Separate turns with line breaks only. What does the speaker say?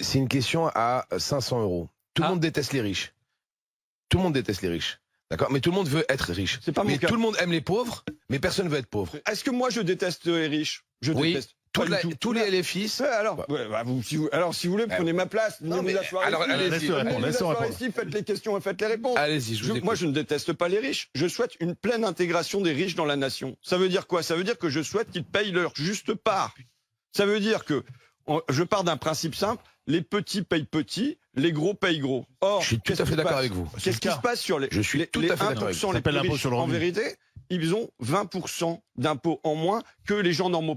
c'est une question à 500 euros. Tout le
Ah.
monde déteste les riches. Tout le monde déteste les riches. D'accord Mais tout le monde veut être riche.
C'est pas mon
Mais
cas.
tout le monde aime les pauvres, mais personne veut être pauvre.
Est-ce que moi je déteste les riches Je
Oui.
déteste.
Toute
Pas du
la-
tout.
tous les LFIs
Ouais, alors, ouais, bah, vous- si vous, alors, si vous voulez,
Eh,
prenez ma place.
Non,
venez
mais-
nous asseoir
alors,
ici.
allez-y,
Venez
laissez
nous
répondre, laissez
asseoir
répondre.
ici, faites les questions et faites les réponses.
Allez-y, Ah, je
Je-
vous écoute.
moi, je ne déteste pas les riches. Je souhaite une pleine intégration des riches dans la nation. Ça veut dire quoi Ça veut dire que je souhaite qu'ils payent leur juste part. Ça veut dire que on- je pars d'un principe simple les petits payent petit, les gros payent gros. Or,
Je suis tout
qu'est-ce
à fait
qui
d'accord
passe
avec vous.
Qu'est-ce qui
cas.
se passe sur les,
Je suis
les,
tout
les
à fait
1%
d'accord avec vous.
les
Ça s'appelle
plus
l'impôt
riches
sur le
En
revenu.
vérité, ils ont 20% d'impôts en moins que les gens normaux.